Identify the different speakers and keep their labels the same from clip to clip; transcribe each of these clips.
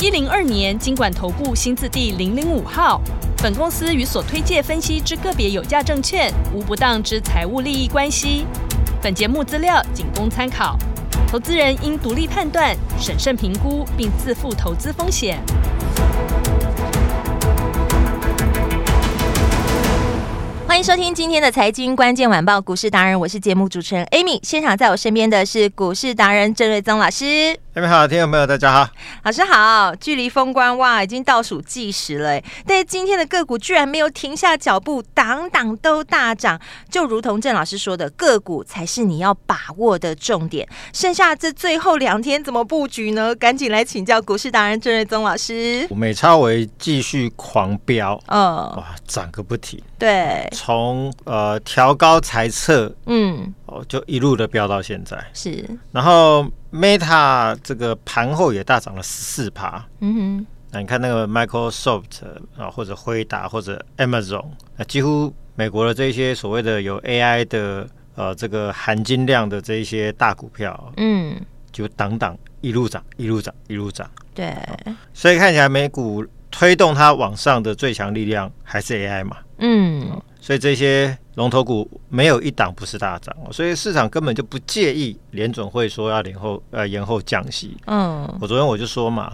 Speaker 1: 一零二年经管投顾新字第零零五号。本公司与所推介分析之个别有价证券无不当之财务利益关系。本节目资料仅供参考，投资人应独立判断、审慎评估，并自负投资风险。
Speaker 2: 欢迎收听今天的财经关键晚报股市达人，我是节目主持人 Amy。现场在我身边的是股市达人郑瑞宗老师，
Speaker 3: 各位好，听众朋友大家好。
Speaker 2: 老师好。距离封关哇，已经倒数计时了耶，但是今天的个股居然没有停下脚步，档档都大涨，就如同郑老师说的，个股才是你要把握的重点。剩下这最后两天怎么布局呢？赶紧来请教股市达人郑瑞宗老师。
Speaker 3: 美超维继续狂飙，
Speaker 2: 呃，
Speaker 3: 哇，涨个不停，
Speaker 2: 对，
Speaker 3: 从呃调高财测
Speaker 2: 嗯，
Speaker 3: 哦，就一路的飙到现在。
Speaker 2: 是，
Speaker 3: 然后 Meta 这个盘后也大涨了十四趴。
Speaker 2: 嗯
Speaker 3: 那你看那个 Microsoft 啊，或者辉达或者 Amazon，那几乎美国的这些所谓的有 AI 的呃这个含金量的这一些大股票
Speaker 2: 哼，，嗯，
Speaker 3: 就档档一路涨，一路涨，一路涨。
Speaker 2: 对，
Speaker 3: 所以看起来美股推动它往上的最强力量还是 AI 嘛，
Speaker 2: 嗯，
Speaker 3: 所以这些龙头股没有一档不是大涨哦，所以市场根本就不介意联准会说要延后呃延后降息。
Speaker 2: 嗯，
Speaker 3: 我昨天我就说嘛，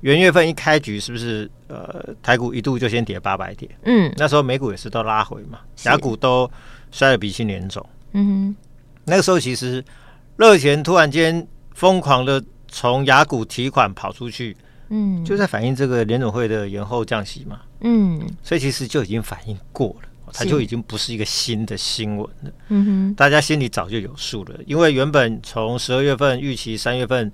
Speaker 3: 元月份一开局是不是呃台股一度就先跌八百点？
Speaker 2: 嗯，
Speaker 3: 那时候美股也是都拉回嘛，
Speaker 2: 是
Speaker 3: 雅股都摔得鼻青脸肿。
Speaker 2: 嗯
Speaker 3: 那个时候其实热钱突然间疯狂的从雅股提款跑出去，
Speaker 2: 哼，嗯，
Speaker 3: 就在反映这个联总会的延后降息嘛，
Speaker 2: 嗯
Speaker 3: 所以其实就已经反映过了，它
Speaker 2: 是
Speaker 3: 就已经不是一个新的新闻了，
Speaker 2: 嗯
Speaker 3: 大家心里早就有数了。因为原本从十二月份预期三月份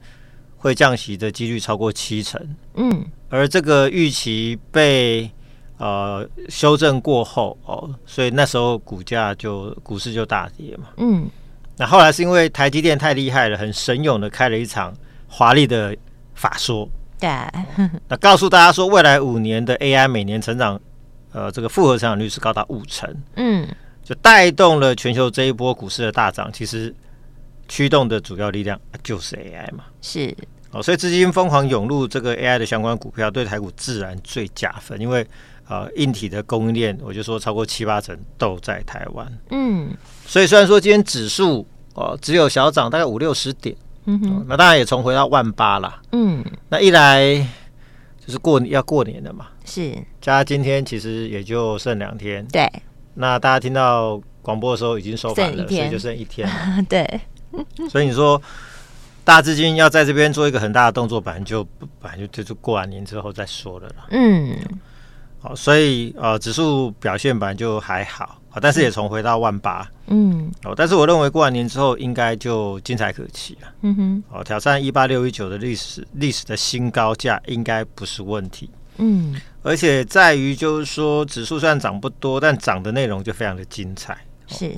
Speaker 3: 会降息的几率超过七成，
Speaker 2: 哼，嗯
Speaker 3: 而这个预期被呃修正过后哦，所以那时候股价就股市就大跌嘛。
Speaker 2: 嗯
Speaker 3: 那后来是因为台积电太厉害了，很神勇的开了一场华丽的法说，
Speaker 2: 对，
Speaker 3: 那告诉大家说，未来五年的 AI 每年成长，呃，这个复合成长率是高达五成，
Speaker 2: 嗯
Speaker 3: 就带动了全球这一波股市的大涨。其实驱动的主要力量呃就是 AI 嘛，
Speaker 2: 是，
Speaker 3: 哦，所以资金疯狂涌入这个 AI 的相关股票，对台股自然最加分，因为呃，硬体的供应链，我就说超过七八成都在台湾。
Speaker 2: 嗯
Speaker 3: 所以虽然说今天指数哦只有小涨大概五六十点，
Speaker 2: 嗯
Speaker 3: 哦
Speaker 2: 哼，
Speaker 3: 那当然也重回到万八啦。
Speaker 2: 嗯
Speaker 3: 那一来就是过要过年了嘛。
Speaker 2: 是，
Speaker 3: 加今天其实也就剩两天，
Speaker 2: 对
Speaker 3: 那大家听到广播的时候已经收盘
Speaker 2: 剩一
Speaker 3: 了，所
Speaker 2: 天
Speaker 3: 以就剩一天 了。
Speaker 2: 对，
Speaker 3: 所以你说大资金要在这边做一个很大的动作，本来就本来就就是过完年之后再说了啦。
Speaker 2: 嗯
Speaker 3: 好，所以呃指数表现本来就还好，好但是也重回到万八。
Speaker 2: 嗯
Speaker 3: 哦，但是我认为过完年之后应该就精彩可期了。
Speaker 2: 嗯哼，
Speaker 3: 哦，挑战一八六一九的历史历史的新高价应该不是问题。
Speaker 2: 嗯
Speaker 3: 而且在于就是说，指数虽然涨不多，但涨的内容就非常的精彩。
Speaker 2: 是，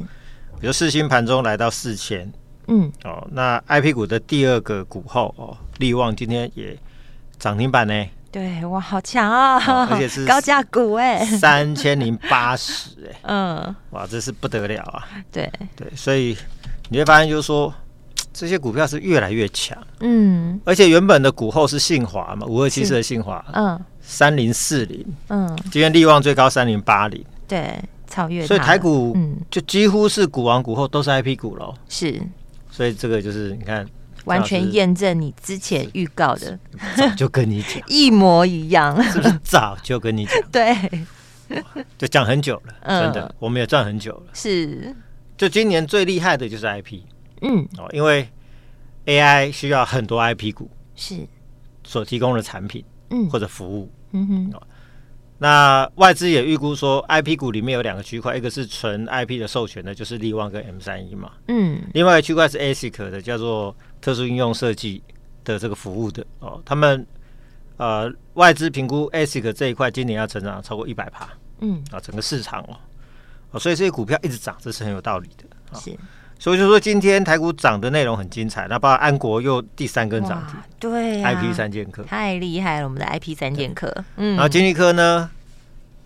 Speaker 3: 比如四星盘中来到四千
Speaker 2: 嗯
Speaker 3: 哦，那 I P 股的第二个股后哦，利旺今天也涨停板呢，
Speaker 2: 对，哇，好强啊、
Speaker 3: 哦而且是
Speaker 2: 高价股 哎、
Speaker 3: 三千零八十哎，
Speaker 2: 嗯
Speaker 3: 哇，这是不得了啊！
Speaker 2: 对，
Speaker 3: 对，所以你会发现就是说，这些股票是越来越强，
Speaker 2: 嗯
Speaker 3: 而且原本的股后是信华嘛，五二七四的信华
Speaker 2: 嗯
Speaker 3: 三零四零，
Speaker 2: 嗯
Speaker 3: 今天利旺最高三零八零，
Speaker 2: 对，超越它了，
Speaker 3: 所以台股
Speaker 2: 嗯
Speaker 3: 就几乎是股王股后都是 I P 股喽。
Speaker 2: 是
Speaker 3: 所以这个就是你看，
Speaker 2: 完
Speaker 3: 老
Speaker 2: 全
Speaker 3: 师
Speaker 2: 验证你之前预告的
Speaker 3: 早就 跟你讲，
Speaker 2: 一模一样，
Speaker 3: 是不是早就跟你讲，
Speaker 2: 对，
Speaker 3: 就讲很久了，
Speaker 2: 嗯
Speaker 3: 真的，我们也赚很久了。
Speaker 2: 是，
Speaker 3: 就今年最厉害的就是 IP
Speaker 2: 嗯
Speaker 3: 哦，因为 AI 需要很多 IP 股
Speaker 2: 是，
Speaker 3: 所提供的产品
Speaker 2: 嗯
Speaker 3: 或者啊服务。
Speaker 2: 嗯哼，
Speaker 3: 那外资也预估说，IP 股里面有两个区块，一个是纯 IP 的授权的，就是力旺跟 M 三一嘛；，
Speaker 2: 嗯
Speaker 3: 另外一个区块是 ASIC 的，叫做特殊应用设计的这个服务的哦。他们呃外资评估 ASIC 这一块今年要成长超过一百趴
Speaker 2: 嗯
Speaker 3: 啊，整个市场哦哦，所以这些股票一直涨，这是很有道理的。
Speaker 2: 是，
Speaker 3: 所以就说今天台股涨的内容很精彩，那包括安国又第三根涨停
Speaker 2: 哇，对啊呀、
Speaker 3: ，IP 三剑客，
Speaker 2: 太厉害了，我们的 IP 三剑客，嗯
Speaker 3: 然后金利科呢，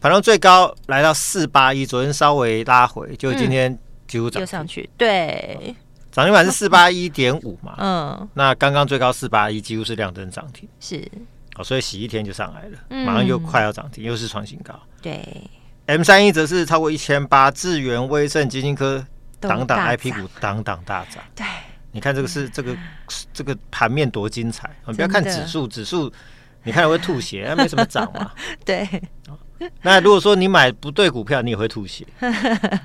Speaker 3: 盘中最高来到四八一，昨天稍微拉回，就今
Speaker 2: 嗯
Speaker 3: 天几乎涨
Speaker 2: 又
Speaker 3: 停，
Speaker 2: 上去，对，
Speaker 3: 涨停板是四八一点五嘛，
Speaker 2: 嗯，
Speaker 3: 那刚刚最高四八一，几乎是亮灯涨停，
Speaker 2: 是，
Speaker 3: 哦，所以洗一天就上来了，
Speaker 2: 嗯
Speaker 3: 马上又快要涨停，又是创新高。
Speaker 2: 对，
Speaker 3: M 三一则是超过一千八，智源、威盛、基金科
Speaker 2: 都
Speaker 3: 档档
Speaker 2: 大
Speaker 3: IP 股档档大涨。
Speaker 2: 对，
Speaker 3: 你看这个是这个这个盘面多精彩！啊不
Speaker 2: 嗯
Speaker 3: 要
Speaker 2: 真
Speaker 3: 看
Speaker 2: 的
Speaker 3: 指数，指数你看了会吐血，啊 没什么涨嘛。
Speaker 2: 对，
Speaker 3: 那如果说你买不对股票，你也会吐 血。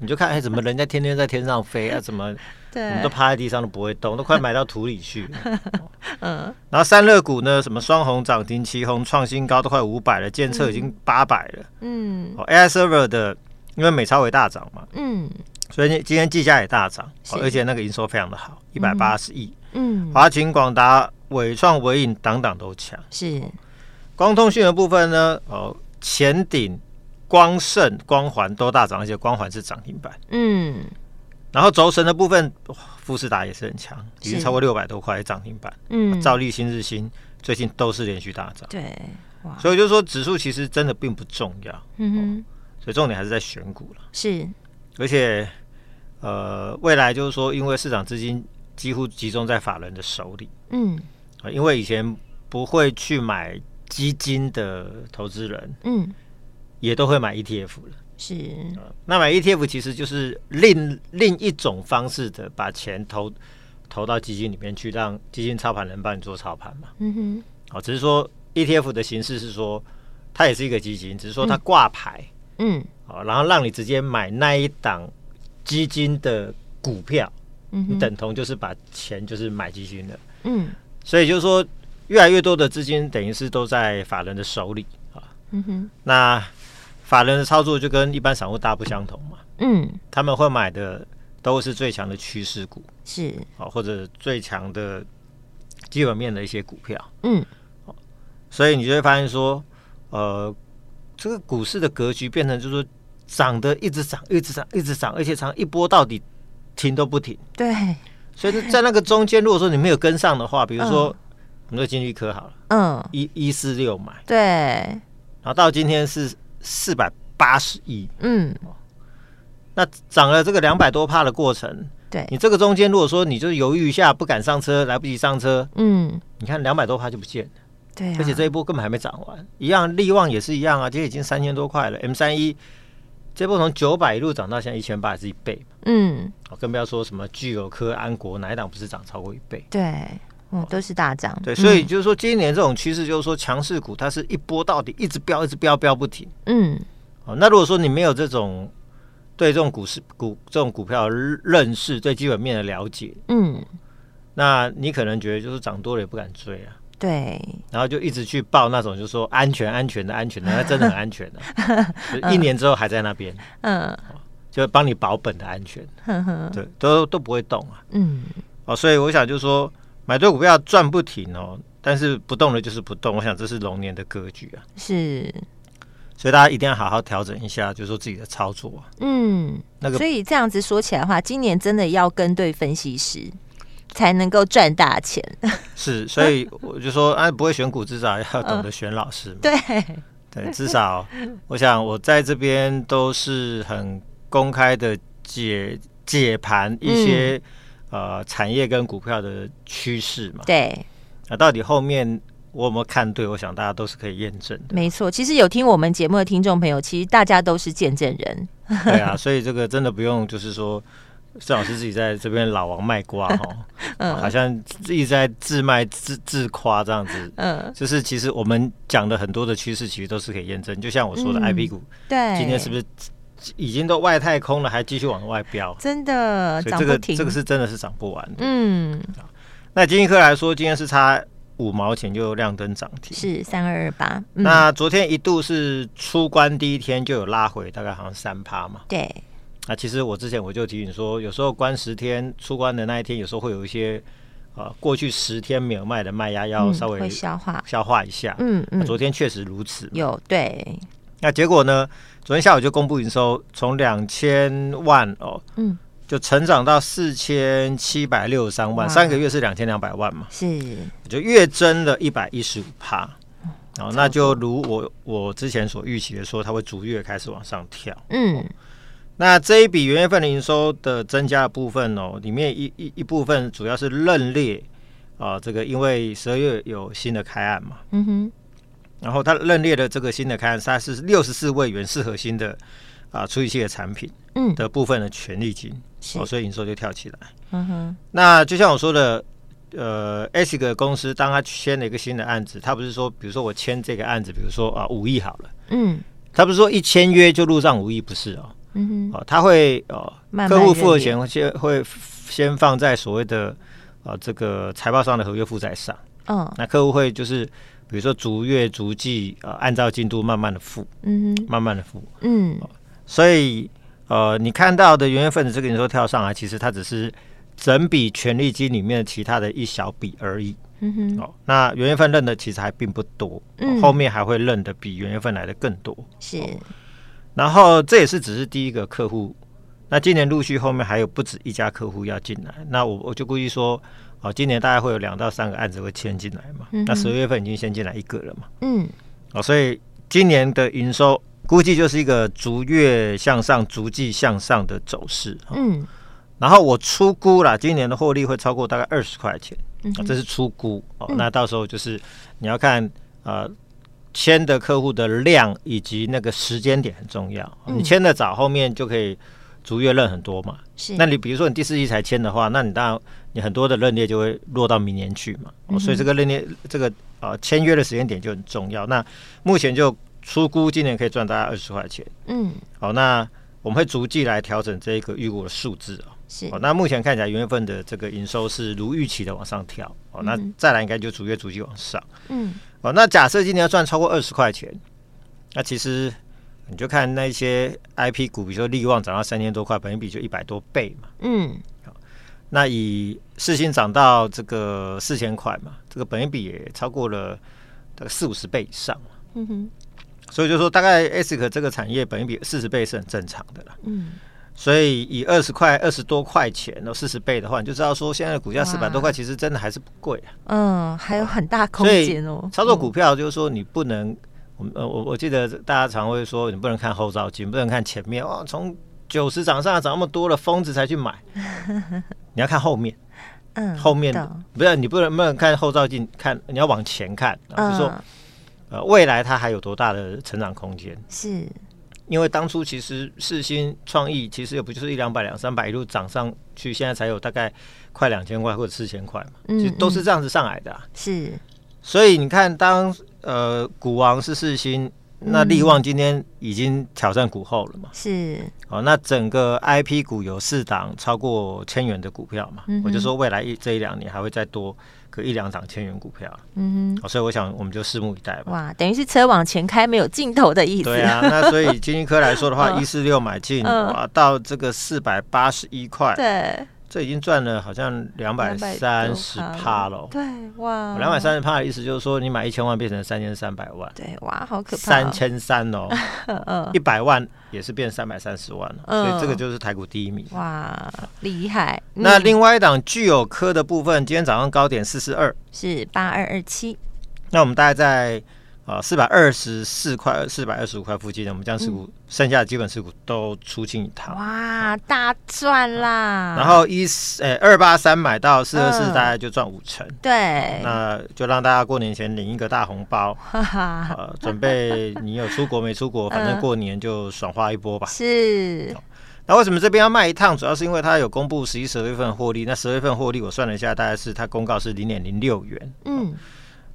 Speaker 3: 你就看哎，怎么人家天天在天上飞啊？怎么我们
Speaker 2: 对
Speaker 3: 都，趴在地上都不会动，都快埋到土里去了。
Speaker 2: 嗯，
Speaker 3: 然后散热股呢，什么双红涨停、旗红创新高，都快五百了，建测已经八百了。
Speaker 2: 嗯，
Speaker 3: 哦，AI server 的，因为美超伟大涨嘛，
Speaker 2: 嗯，
Speaker 3: 所以今天技嘉也大涨，
Speaker 2: 是
Speaker 3: 哦而且那个营收非常的好，一百八十亿。
Speaker 2: 嗯，
Speaker 3: 华勤、广达、伟创、伟影，档档都强。
Speaker 2: 是，
Speaker 3: 光通讯的部分呢，哦，前顶、光盛、光环都大涨，而且光环是涨停板。
Speaker 2: 嗯，
Speaker 3: 然后轴承的部分，哇富士达也是很强，已经
Speaker 2: 是
Speaker 3: 超过六百多块涨停板。
Speaker 2: 嗯，
Speaker 3: 兆力、新日新最近都是连续大涨，
Speaker 2: 对，哇，
Speaker 3: 所以就是说指数其实真的并不重要，
Speaker 2: 嗯
Speaker 3: 所以重点还是在选股了。
Speaker 2: 哼，是，
Speaker 3: 而且，呃，未来就是说，因为市场资金几乎集中在法人的手里，
Speaker 2: 嗯
Speaker 3: 啊，因为以前不会去买基金的投资人，
Speaker 2: 嗯，
Speaker 3: 也都会买 ETF 了。
Speaker 2: 是，
Speaker 3: 那买 ETF 其实就是另另一种方式的把钱投投到基金里面去，让基金操盘人帮你做操盘嘛。
Speaker 2: 嗯哼，
Speaker 3: 哦，只是说 ETF 的形式是说，它也是一个基金，只是说它挂牌，
Speaker 2: 嗯
Speaker 3: 哦，然后让你直接买那一档基金的股票，
Speaker 2: 嗯
Speaker 3: 你
Speaker 2: 哼，
Speaker 3: 等同就是把钱就是买基金的，
Speaker 2: 嗯
Speaker 3: 所以就是说，越来越多的资金等于是都在法人的手里啊。
Speaker 2: 嗯哼，
Speaker 3: 那法人的操作就跟一般散户大不相同嘛，
Speaker 2: 嗯，
Speaker 3: 他们会买的都是最强的趋势股
Speaker 2: 是，
Speaker 3: 啊，或者最强的基本面的一些股票。
Speaker 2: 嗯
Speaker 3: 所以你就会发现说，呃，这个股市的格局变成就是说涨的一直涨，一直涨，一直涨，而且常一波到底停都不停。
Speaker 2: 对，
Speaker 3: 所以在那个中间，如果说你没有跟上的话，比如说我们的金利科好了，
Speaker 2: 嗯
Speaker 3: 一一四六买，
Speaker 2: 对，
Speaker 3: 然后到今天是四百八十亿，
Speaker 2: 嗯
Speaker 3: 那涨了这个两百多帕的过程，
Speaker 2: 对，
Speaker 3: 你这个中间如果说你就是犹豫一下，不敢上车，来不及上车，
Speaker 2: 嗯
Speaker 3: 你看两百多帕就不见了。
Speaker 2: 对啊，
Speaker 3: 而且这一波根本还没涨完，一样力旺也是一样啊，今天已经三千多块了。M 三一这波从九百一路涨到现在一千八，是一倍嘛。
Speaker 2: 嗯
Speaker 3: 哦，更不要说什么聚友科、安国哪一档不是涨超过一倍？
Speaker 2: 对，嗯都是大涨，
Speaker 3: 哦对，所以
Speaker 2: 嗯
Speaker 3: 就是说今年这种趋势，就是说强势股它是一波到底，一直飙，一直飙，飙不停。
Speaker 2: 嗯
Speaker 3: 哦，那如果说你没有这种对这种股市股这种股票的认识，对基本面的了解，
Speaker 2: 嗯
Speaker 3: 那你可能觉得就是涨多了也不敢追啊。
Speaker 2: 对，
Speaker 3: 然后就一直去报那种，就说安全、安全的、安全的，那真的很安全 的、就一年之后还在那边，
Speaker 2: 嗯
Speaker 3: 就帮你保本的安全，
Speaker 2: 呵呵，
Speaker 3: 对，都都不会动啊。
Speaker 2: 嗯
Speaker 3: 哦，所以我想就是说，买对股票赚不停哦，但是不动的就是不动。我想这是龙年的格局啊，
Speaker 2: 是，
Speaker 3: 所以大家一定要好好调整一下，就是说自己的操作啊。
Speaker 2: 嗯。
Speaker 3: 那个
Speaker 2: 所以这样子说起来的话，今年真的要跟对分析师，才能够赚大钱。
Speaker 3: 是，所以我就说，啊，不会选股至少要懂得选老师嘛。
Speaker 2: 对，
Speaker 3: 对，至少我想我在这边都是很公开的解解盘一些、呃产业跟股票的趋势嘛。
Speaker 2: 对，
Speaker 3: 那、到底后面我有没有看对？我想大家都是可以验证的。
Speaker 2: 没错。其实有听我们节目的听众朋友，其实大家都是见证人。
Speaker 3: 对啊，所以这个真的不用就是说。郑老师自己在这边老王卖瓜哈、
Speaker 2: 嗯
Speaker 3: 好像一直在自卖自自夸这样子。
Speaker 2: 嗯，
Speaker 3: 就是其实我们讲的很多的趋势，其实都是可以验证。就像我说的
Speaker 2: 嗯
Speaker 3: ，IP 股
Speaker 2: 对。
Speaker 3: 今天是不
Speaker 2: 是
Speaker 3: 是已经都外太空了，还继续往外飙？
Speaker 2: 真的
Speaker 3: 所以
Speaker 2: 呃涨
Speaker 3: 这
Speaker 2: 不
Speaker 3: 个
Speaker 2: 停？
Speaker 3: 这个是真的是涨不完的。
Speaker 2: 嗯，
Speaker 3: 那基金科来说，今天是差五毛钱就亮灯涨停。
Speaker 2: 是三二二八。嗯
Speaker 3: 那昨天一度是出关第一天就有拉回，大概好像三趴嘛。
Speaker 2: 对，
Speaker 3: 那其实我之前我就提醒说，有时候关十天，出关的那一天，有时候会有一些呃过去十天没有卖的卖压，要
Speaker 2: 嗯
Speaker 3: 稍
Speaker 2: 会
Speaker 3: 微
Speaker 2: 消化。
Speaker 3: 消化一下。
Speaker 2: 嗯
Speaker 3: 那
Speaker 2: 嗯，
Speaker 3: 昨天确实如此。
Speaker 2: 有对，
Speaker 3: 那结果呢？昨天下午就公布营收，从两千万哦，
Speaker 2: 嗯，
Speaker 3: 就成长到四千七百六十三
Speaker 2: 哇
Speaker 3: 万，三个月是两千两百万嘛，
Speaker 2: 是
Speaker 3: 就月增了一百一十五帕。
Speaker 2: 嗯
Speaker 3: 然后那就如我我之前所预期的说，它会逐月开始往上跳。
Speaker 2: 嗯
Speaker 3: 那这一笔元月份的营收的增加的部分哦，里面一一一部分主要是认列啊、这个因为十二月有新的开案嘛，
Speaker 2: 嗯哼
Speaker 3: 然后它认列的这个新的开案，它是六十四位元适合新的啊、处理器的产品
Speaker 2: 嗯
Speaker 3: 的部分的权利金，
Speaker 2: 是
Speaker 3: 哦，所以营收就跳起来。
Speaker 2: 嗯哼
Speaker 3: 那就像我说的，呃，ASIC 公司当他签了一个新的案子，他不是说，比如说我签这个案子，比如说啊五亿好了，
Speaker 2: 嗯
Speaker 3: 他不是说一签约就入账五亿，不是哦，
Speaker 2: 嗯哼
Speaker 3: 哦，他会哦，
Speaker 2: 慢慢
Speaker 3: 客户付
Speaker 2: 认
Speaker 3: 了
Speaker 2: 列
Speaker 3: 钱先会先放在所谓的呃这个财报上的合约负债上，
Speaker 2: 嗯
Speaker 3: 那客户会就是比如说逐月逐季呃按照进度慢慢的付，
Speaker 2: 嗯哼
Speaker 3: 慢慢的付，
Speaker 2: 嗯
Speaker 3: 所以呃你看到的元月份的这个营收跳上来，其实它只是整笔权利金里面的其他的一小笔而已。
Speaker 2: 嗯哼
Speaker 3: 哦，那元月份认的其实还并不多，哦
Speaker 2: 嗯
Speaker 3: 后面还会认的比元月份来的更多。
Speaker 2: 是
Speaker 3: 然后这也是只是第一个客户，那今年陆续后面还有不止一家客户要进来，那我我就估计说，哦，今年大概会有两到三个案子会签进来嘛，
Speaker 2: 嗯哼
Speaker 3: 那十月份已经先进来一个了嘛，
Speaker 2: 嗯
Speaker 3: 哦，所以今年的营收估计就是一个逐月向上、逐季向上的走势。哦
Speaker 2: 嗯
Speaker 3: 然后我出估啦，今年的获利会超过大概二十块钱，
Speaker 2: 嗯
Speaker 3: 哦这是出估哦。
Speaker 2: 嗯
Speaker 3: 那到时候就是你要看呃签的客户的量以及那个时间点很重要。哦
Speaker 2: 嗯
Speaker 3: 你签的早，后面就可以逐月认很多嘛。
Speaker 2: 是
Speaker 3: 那你比如说你第四季才签的话，那你当然你很多的认列就会落到明年去嘛。哦、所以这个认列这个呃签约的时间点就很重要。那目前就出估今年可以赚大概二十块钱。
Speaker 2: 嗯
Speaker 3: 好、那我们会逐季来调整这个预估的数字哦。
Speaker 2: 是
Speaker 3: 哦，那目前看起来元月份的这个营收是如预期的往上跳，哦，那再来应该就逐月逐季往上，
Speaker 2: 嗯
Speaker 3: 哦，那假设今年要赚超过二十块钱，那其实你就看那些 IP 股，比如说利旺涨到三千多块，本益比就一百多倍嘛，
Speaker 2: 嗯
Speaker 3: 那以世新涨到这个四千块嘛，这个本益比也超过了大概四五十倍以上，
Speaker 2: 嗯哼
Speaker 3: 所以就说大概 ASIC 这个产业本益比四十倍是很正常的啦。
Speaker 2: 嗯
Speaker 3: 所以以二十块、二十多块钱，然后四十倍的话，你就知道说现在的股价四
Speaker 2: 哇
Speaker 3: 百多块，其实真的还是不贵啊。
Speaker 2: 嗯还有很大空
Speaker 3: 所以
Speaker 2: 间哦
Speaker 3: 操作股票就是说你不能，我们呃我我记得大家常会说，你不能看后照镜，不能看前面，哇，从九十涨上来涨那么多了，疯子才 去买。你要看后面，
Speaker 2: 嗯
Speaker 3: 后面
Speaker 2: 懂
Speaker 3: 不是你不能不能看后照镜，看你要往前看，啊就是说
Speaker 2: 嗯
Speaker 3: 呃未来它还有多大的成长空间。
Speaker 2: 是
Speaker 3: 因为当初其实世新创意其实也不就是一两百、两三百一路涨上去，现在才有大概快两千块或者四千块嘛，
Speaker 2: 嗯
Speaker 3: 其实都是
Speaker 2: 嗯
Speaker 3: 这样子上来的啊、
Speaker 2: 是
Speaker 3: 所以你看当，呃股王是世新，
Speaker 2: 嗯
Speaker 3: 那力旺今天已经挑战股后了嘛？
Speaker 2: 是
Speaker 3: 哦，那整个 IP 股有四档超过千元的股票嘛？
Speaker 2: 嗯哼
Speaker 3: 我就说未来一这一两年还会再多个一两档千元股票、
Speaker 2: 嗯
Speaker 3: 哦，所以我想我们就拭目以待
Speaker 2: 哼
Speaker 3: 吧。
Speaker 2: 哇等于是车往前开没有尽头的意思
Speaker 3: 对啊，那所以金鹰科来说的话，
Speaker 2: 嗯
Speaker 3: 一四六买进，
Speaker 2: 嗯
Speaker 3: 哇，到这个四百八十一块，
Speaker 2: 对
Speaker 3: 这已经赚了好像两百三十趴了。哦
Speaker 2: 对哇
Speaker 3: 两百三十趴的意思就是说，你买一千万变成三千三百万，
Speaker 2: 对哇好可怕
Speaker 3: 三千三哦，
Speaker 2: 嗯
Speaker 3: 一百万也是变三百三十万了，
Speaker 2: 嗯
Speaker 3: 所以这个就是台股第一名。
Speaker 2: 哇厉害
Speaker 3: 那
Speaker 2: 嗯
Speaker 3: 另外一档具有科的部分，今天早上高点四四二，
Speaker 2: 是八二二七
Speaker 3: 那我们大概在呃四百二十四块、四百二十五块附近，我们将持股剩下的基本持股都出尽一趟。
Speaker 2: 嗯哇大赚啦
Speaker 3: 然后一呃二八三买到四二四，
Speaker 2: 嗯
Speaker 3: 大概就赚五成。
Speaker 2: 对
Speaker 3: 那就让大家过年前领一个大红包，
Speaker 2: 哈哈
Speaker 3: 呃，准备你有出国没出 国，反
Speaker 2: 嗯
Speaker 3: 正过年就爽花一波吧。
Speaker 2: 是
Speaker 3: 那为什么这边要卖一趟？主要是因为它有公布十一、十二月份获利。那十二月份获利，我算了一下，大概是它公告是零点零六元，
Speaker 2: 嗯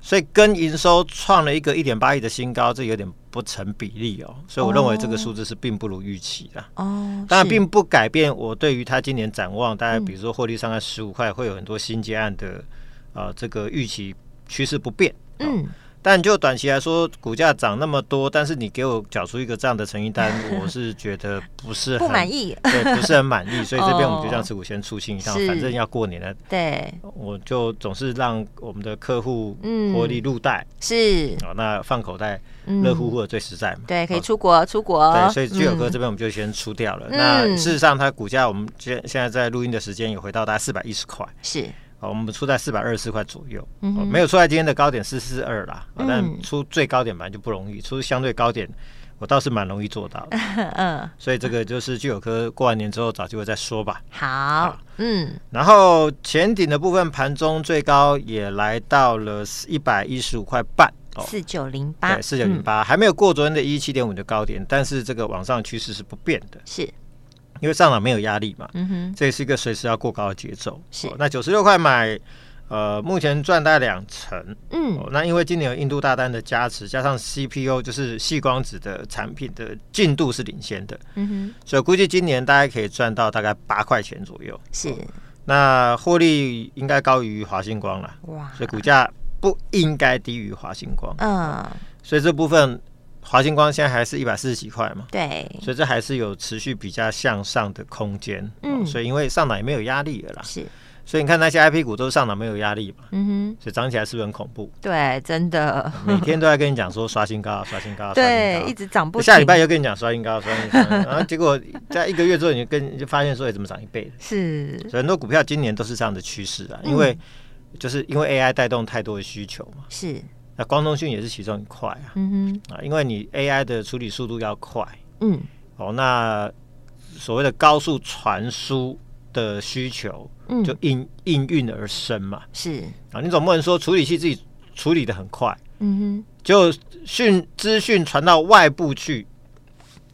Speaker 3: 所以跟营收创了一个一点八亿的新高，这有点不成比例哦。所以我认为这个数字是并不如预期的。
Speaker 2: 哦
Speaker 3: 当然，
Speaker 2: 是
Speaker 3: 并不改变我对于它今年展望，大概比如说获利上在十五块，会有很多新接案的呃这个预期趋势不变。
Speaker 2: 嗯
Speaker 3: 但就短期来说，股价涨那么多，但是你给我缴出一个这样的成 绩单，我是觉得不是很
Speaker 2: 不满，意，
Speaker 3: 对，不是很满 意。所以这边我们就
Speaker 2: 哦
Speaker 3: 让持股先出清一下，
Speaker 2: 是
Speaker 3: 反正要过年了，
Speaker 2: 对，
Speaker 3: 我就总是让我们的客户
Speaker 2: 嗯
Speaker 3: 获利入袋
Speaker 2: 是，
Speaker 3: 哦，那放口袋
Speaker 2: 嗯
Speaker 3: 热乎乎的最实在嘛。
Speaker 2: 对，可以
Speaker 3: 哦
Speaker 2: 出国，出国，
Speaker 3: 对，所以聚友哥
Speaker 2: 嗯
Speaker 3: 这边我们就先出掉了。
Speaker 2: 嗯
Speaker 3: 那事实上，它股价我们现现在在录音的时间也回到大概四百一十块，哦
Speaker 2: 是
Speaker 3: 好，我们出在四百二十四块左右，
Speaker 2: 嗯
Speaker 3: 哦
Speaker 2: 哼
Speaker 3: 没有出在今天的高点四四二啦、哦
Speaker 2: 嗯
Speaker 3: 但出最高点本来就不容易，出相对高点我倒是蛮容易做到的，
Speaker 2: 嗯，
Speaker 3: 所以这个就是聚友科过完年之后找机会再说吧。
Speaker 2: 好，嗯，
Speaker 3: 然后前顶的部分盘中最高也来到了一百一十五块半。哦
Speaker 2: 四九零八，嗯
Speaker 3: 对，四九零八还没有过昨天的一七点五的高点，但是这个往上趋势是不变的，
Speaker 2: 嗯是，
Speaker 3: 因为上涨没有压力嘛。
Speaker 2: 嗯哼，
Speaker 3: 这也是一个随时要过高的节奏。
Speaker 2: 是
Speaker 3: 哦那九十六块买，呃，目前赚大概两成。
Speaker 2: 嗯，
Speaker 3: 哦，那因为今年有印度大单的加持，加上 CPU 就是细光子的产品的进度是领先的，
Speaker 2: 嗯
Speaker 3: 所以估计今年大概可以赚到大概八块钱左右。
Speaker 2: 哼，是，
Speaker 3: 那获利应该高于华星光了，
Speaker 2: 哇，
Speaker 3: 所以股价不应该低于华星光。
Speaker 2: 嗯，
Speaker 3: 所以这部分华星光现在还是一百四十几块嘛，
Speaker 2: 对，
Speaker 3: 所以这还是有持续比较向上的空间。
Speaker 2: 嗯
Speaker 3: 哦所以因为上涨也没有压力了啦，
Speaker 2: 是，
Speaker 3: 所以你看那些 IP 股都是上涨没有压力嘛，
Speaker 2: 嗯
Speaker 3: 所以涨起来是不是很恐 怖？
Speaker 2: 哼，对，真的，
Speaker 3: 每天都在跟你讲说刷新高啊、刷新高啊、刷
Speaker 2: 对，
Speaker 3: 新
Speaker 2: 一
Speaker 3: 高
Speaker 2: 直涨不
Speaker 3: 啊。
Speaker 2: 停，
Speaker 3: 下礼拜又跟你讲刷新高啊、刷新高啊， 然后结果在一个月之后，你就跟你就发现说，哎，怎么涨一倍了？
Speaker 2: 是
Speaker 3: 所以很多股票今年都是这样的趋势
Speaker 2: 嗯
Speaker 3: 啊，因为就是因为 AI 带动太多的需求嘛。
Speaker 2: 是，
Speaker 3: 那光通讯也是其中一块啊，
Speaker 2: 嗯
Speaker 3: 啊，因为你 AI 的处理速度要快
Speaker 2: 哼，嗯，
Speaker 3: 哦，那所谓的高速传输的需求
Speaker 2: 嗯
Speaker 3: 就应应运而生嘛。
Speaker 2: 是，
Speaker 3: 啊，你总不能说处理器自己处理的很快，
Speaker 2: 嗯
Speaker 3: 就讯资讯传到外部去，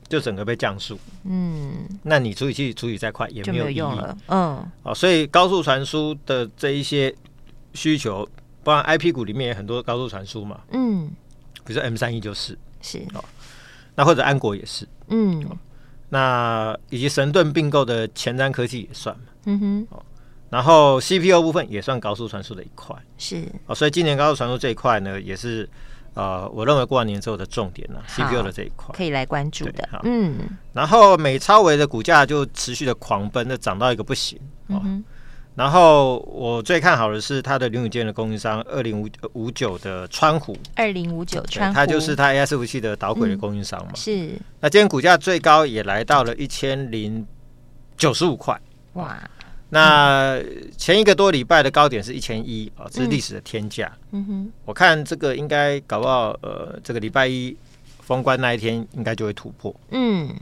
Speaker 3: 就整个被降速。
Speaker 2: 哼，嗯，
Speaker 3: 那你处理器处理再快也
Speaker 2: 就
Speaker 3: 没
Speaker 2: 没
Speaker 3: 有
Speaker 2: 有
Speaker 3: 意义
Speaker 2: 用了，嗯，
Speaker 3: 哦。所以高速传输的这一些需求，包含 IP 股里面也很多高速传输嘛，
Speaker 2: 嗯，
Speaker 3: 比如说 M 三一就是，
Speaker 2: 是，
Speaker 3: 那或者安国也是，
Speaker 2: 嗯，
Speaker 3: 那以及神盾并购的前瞻科技也算嘛。
Speaker 2: 嗯哼，
Speaker 3: 然后 CPU 部分也算高速传输的一块
Speaker 2: 是，
Speaker 3: 哦，所以今年高速传输这一块呢，也是呃，我认为过完年之后的重点呢、
Speaker 2: 好
Speaker 3: CPU 的这一块。
Speaker 2: 可以来关注
Speaker 3: 对
Speaker 2: 的
Speaker 3: 好，
Speaker 2: 嗯，
Speaker 3: 然后美超维的股价就持续的狂奔，那涨到一个不行。哦
Speaker 2: 嗯哼，
Speaker 3: 然后我最看好的是它的零组件的供应商二零五五九的川湖，
Speaker 2: 二零五九
Speaker 3: 对
Speaker 2: 川湖，嗯
Speaker 3: 它就是它 AI 伺服器的导轨的供应商嘛。
Speaker 2: 是，
Speaker 3: 那今天股价最高也来到了一千零九十五块。
Speaker 2: 哇，
Speaker 3: 那前一个多礼拜的高点是一千一啊，这是历史的天价。
Speaker 2: 嗯哼，
Speaker 3: 我看这个应该搞不好，呃，这个礼拜一封关那一天应该就会突破。
Speaker 2: 嗯，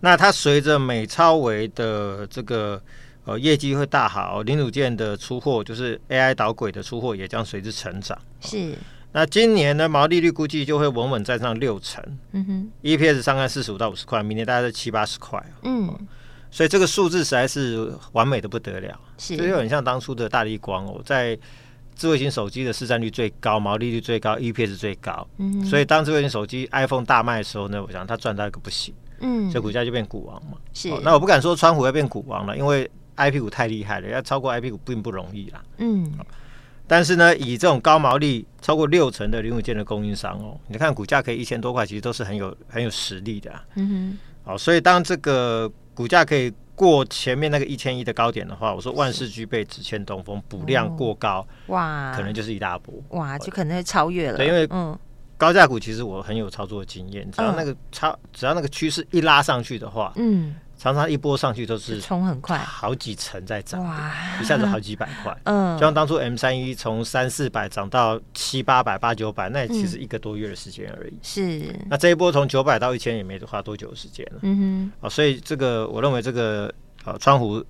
Speaker 3: 那它随着美超维的这个呃业绩会大好，零组件的出货就是 AI 导轨的出货也将随之成长。
Speaker 2: 是，
Speaker 3: 那今年呢，毛利率估计就会稳稳站上六成
Speaker 2: 嗯哼，
Speaker 3: ，EPS 上看四十五到五十块，明年大概是七八十块哦，
Speaker 2: 嗯，，
Speaker 3: 所以这个数字实在是完美的不得了，这就是很像当初的大力光哦，在智慧型手机的市占率最高，毛利率最高，EPS 最高，
Speaker 2: 嗯哼，
Speaker 3: 所以当智慧型手机 iPhone 大卖的时候呢，我想它赚到一个不行，
Speaker 2: 嗯
Speaker 3: 所以，股价就变股王嘛。
Speaker 2: 是
Speaker 3: 哦，那我不敢说川股要变股王了，因为 IP 股太厉害了，要超过 IP 股并不容易啦。
Speaker 2: 嗯，
Speaker 3: 但是呢，以这种高毛利超过六成的零组件的供应商哦，你看股价可以一千多块，其实都是很有很有实力的、啊。
Speaker 2: 嗯
Speaker 3: 哦，所以当这个股价可以过前面那个一千一的高点的话，我说万事俱备，只欠东风，补量过高、
Speaker 2: 哼，哇，
Speaker 3: 可能就是一大波。
Speaker 2: 哇，就可能会超越了。
Speaker 3: 对因为
Speaker 2: 嗯
Speaker 3: 高价股其实我很有操作经验，只要那个超、只要那个趋势一拉上去的话，
Speaker 2: 嗯，
Speaker 3: 常常一波上去都是
Speaker 2: 冲很快，
Speaker 3: 好几层在涨，
Speaker 2: 嗯哇，
Speaker 3: 一下子好几百块。
Speaker 2: 嗯
Speaker 3: 就，像当初 M 三一从三四百涨到七八百、八九百，那也
Speaker 2: 嗯
Speaker 3: 其实一个多月的时间而已。
Speaker 2: 是，
Speaker 3: 那这一波从九百到一千也没花多久的时间了
Speaker 2: 嗯
Speaker 3: 啊，所以这个我认为这个呃川湖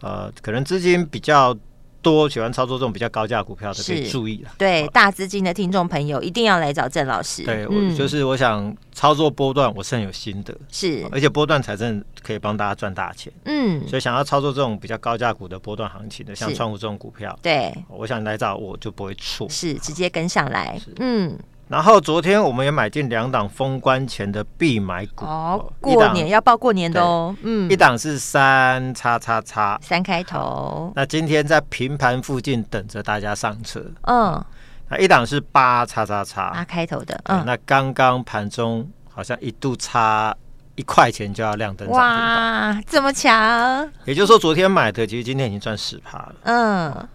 Speaker 3: 呃可能资金比较多，喜欢操作这种比较高价股票的可以
Speaker 2: 是
Speaker 3: 注意了
Speaker 2: 哼，。对，大资金的听众朋友一定要来找郑老师。
Speaker 3: 对，
Speaker 2: 嗯
Speaker 3: 我就是我想操作波段，我是很有心得，
Speaker 2: 是，
Speaker 3: 而且波段才真的可以帮大家赚大钱。
Speaker 2: 嗯，
Speaker 3: 所以想要操作这种比较高价股的波段行情的，像
Speaker 2: 是
Speaker 3: 川湖这种股票，
Speaker 2: 对，
Speaker 3: 我想来找我就不会错。
Speaker 2: 是直接跟上来
Speaker 3: 是。
Speaker 2: 嗯，
Speaker 3: 然后昨天我们也买进两档封关前的必买股
Speaker 2: 哦，
Speaker 3: 一
Speaker 2: 过
Speaker 3: 档
Speaker 2: 年要报过年的哦。嗯
Speaker 3: 一，档是三叉叉叉。
Speaker 2: 三开头，
Speaker 3: 那今天在平盘附近等着大家上车，
Speaker 2: 嗯，
Speaker 3: 啊，一档是八叉叉叉
Speaker 2: 啊，开头的，
Speaker 3: 对
Speaker 2: 嗯，
Speaker 3: 哎那刚刚盘中好像一度差一块钱就要亮灯涨停板，
Speaker 2: 哇，这么强，
Speaker 3: 也就是说昨天买的，其实今天已经赚十趴了。
Speaker 2: 嗯，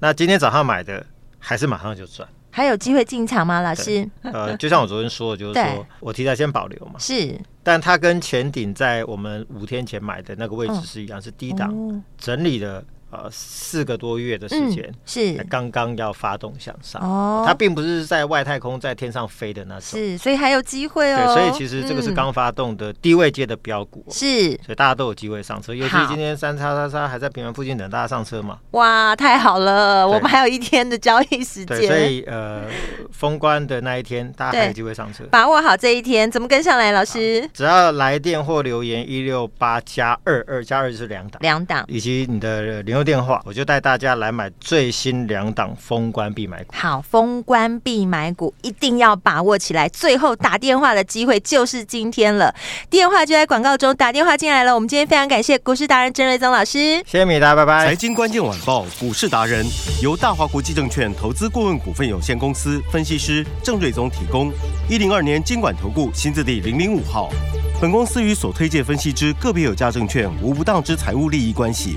Speaker 3: 那今天早上买的还是马上就赚。
Speaker 2: 还有机会进场吗？老师
Speaker 3: 呃，就像我昨天说的，就是
Speaker 2: 对
Speaker 3: 说我题材先保留嘛，
Speaker 2: 是
Speaker 3: 但它跟前顶在我们五天前买的那个位置是一样，是低档
Speaker 2: 嗯哦
Speaker 3: 整理了呃四个多月的时间
Speaker 2: 嗯，是
Speaker 3: 才刚刚要发动向上。
Speaker 2: 哦
Speaker 3: 它并不是在外太空在天上飞的那种，
Speaker 2: 是，所以还有机会
Speaker 3: 对
Speaker 2: 哦，，
Speaker 3: 所以其实这个是
Speaker 2: 嗯
Speaker 3: 刚发动的低位界的标股哦、
Speaker 2: 是
Speaker 3: 所以大家都有机会上车，尤其
Speaker 2: 好
Speaker 3: 今天三叉叉叉还在平原附近等大家上车嘛，
Speaker 2: 哇，太好了，
Speaker 3: 对
Speaker 2: 我们还有一天的交易时
Speaker 3: 对，所
Speaker 2: 间，
Speaker 3: 以呃封关的那一天大家还有
Speaker 2: 对
Speaker 3: 机会上车，
Speaker 2: 把握好这一天，怎么跟上来？老师，
Speaker 3: 只要来电或留言一六八加二二加二就是两档，
Speaker 2: 两档
Speaker 3: 以及你的联络电话，我就带大家来买最新两档封关必买股。
Speaker 2: 好，封关必买股一定要把握起来，最后打电话的机会就是今天了，电话就在广告中，打电话进来了。我们今天非常感谢股市达人郑瑞宗老师。
Speaker 3: 谢谢米达，拜拜。
Speaker 4: 财经关键晚报股市达人由大华国际证券投资顾问股份有限公司分析师郑瑞宗提供。一零二年经管投顾新字第零零五号。本公司与所推介分析之个别有价证券无不当之财务利益关系。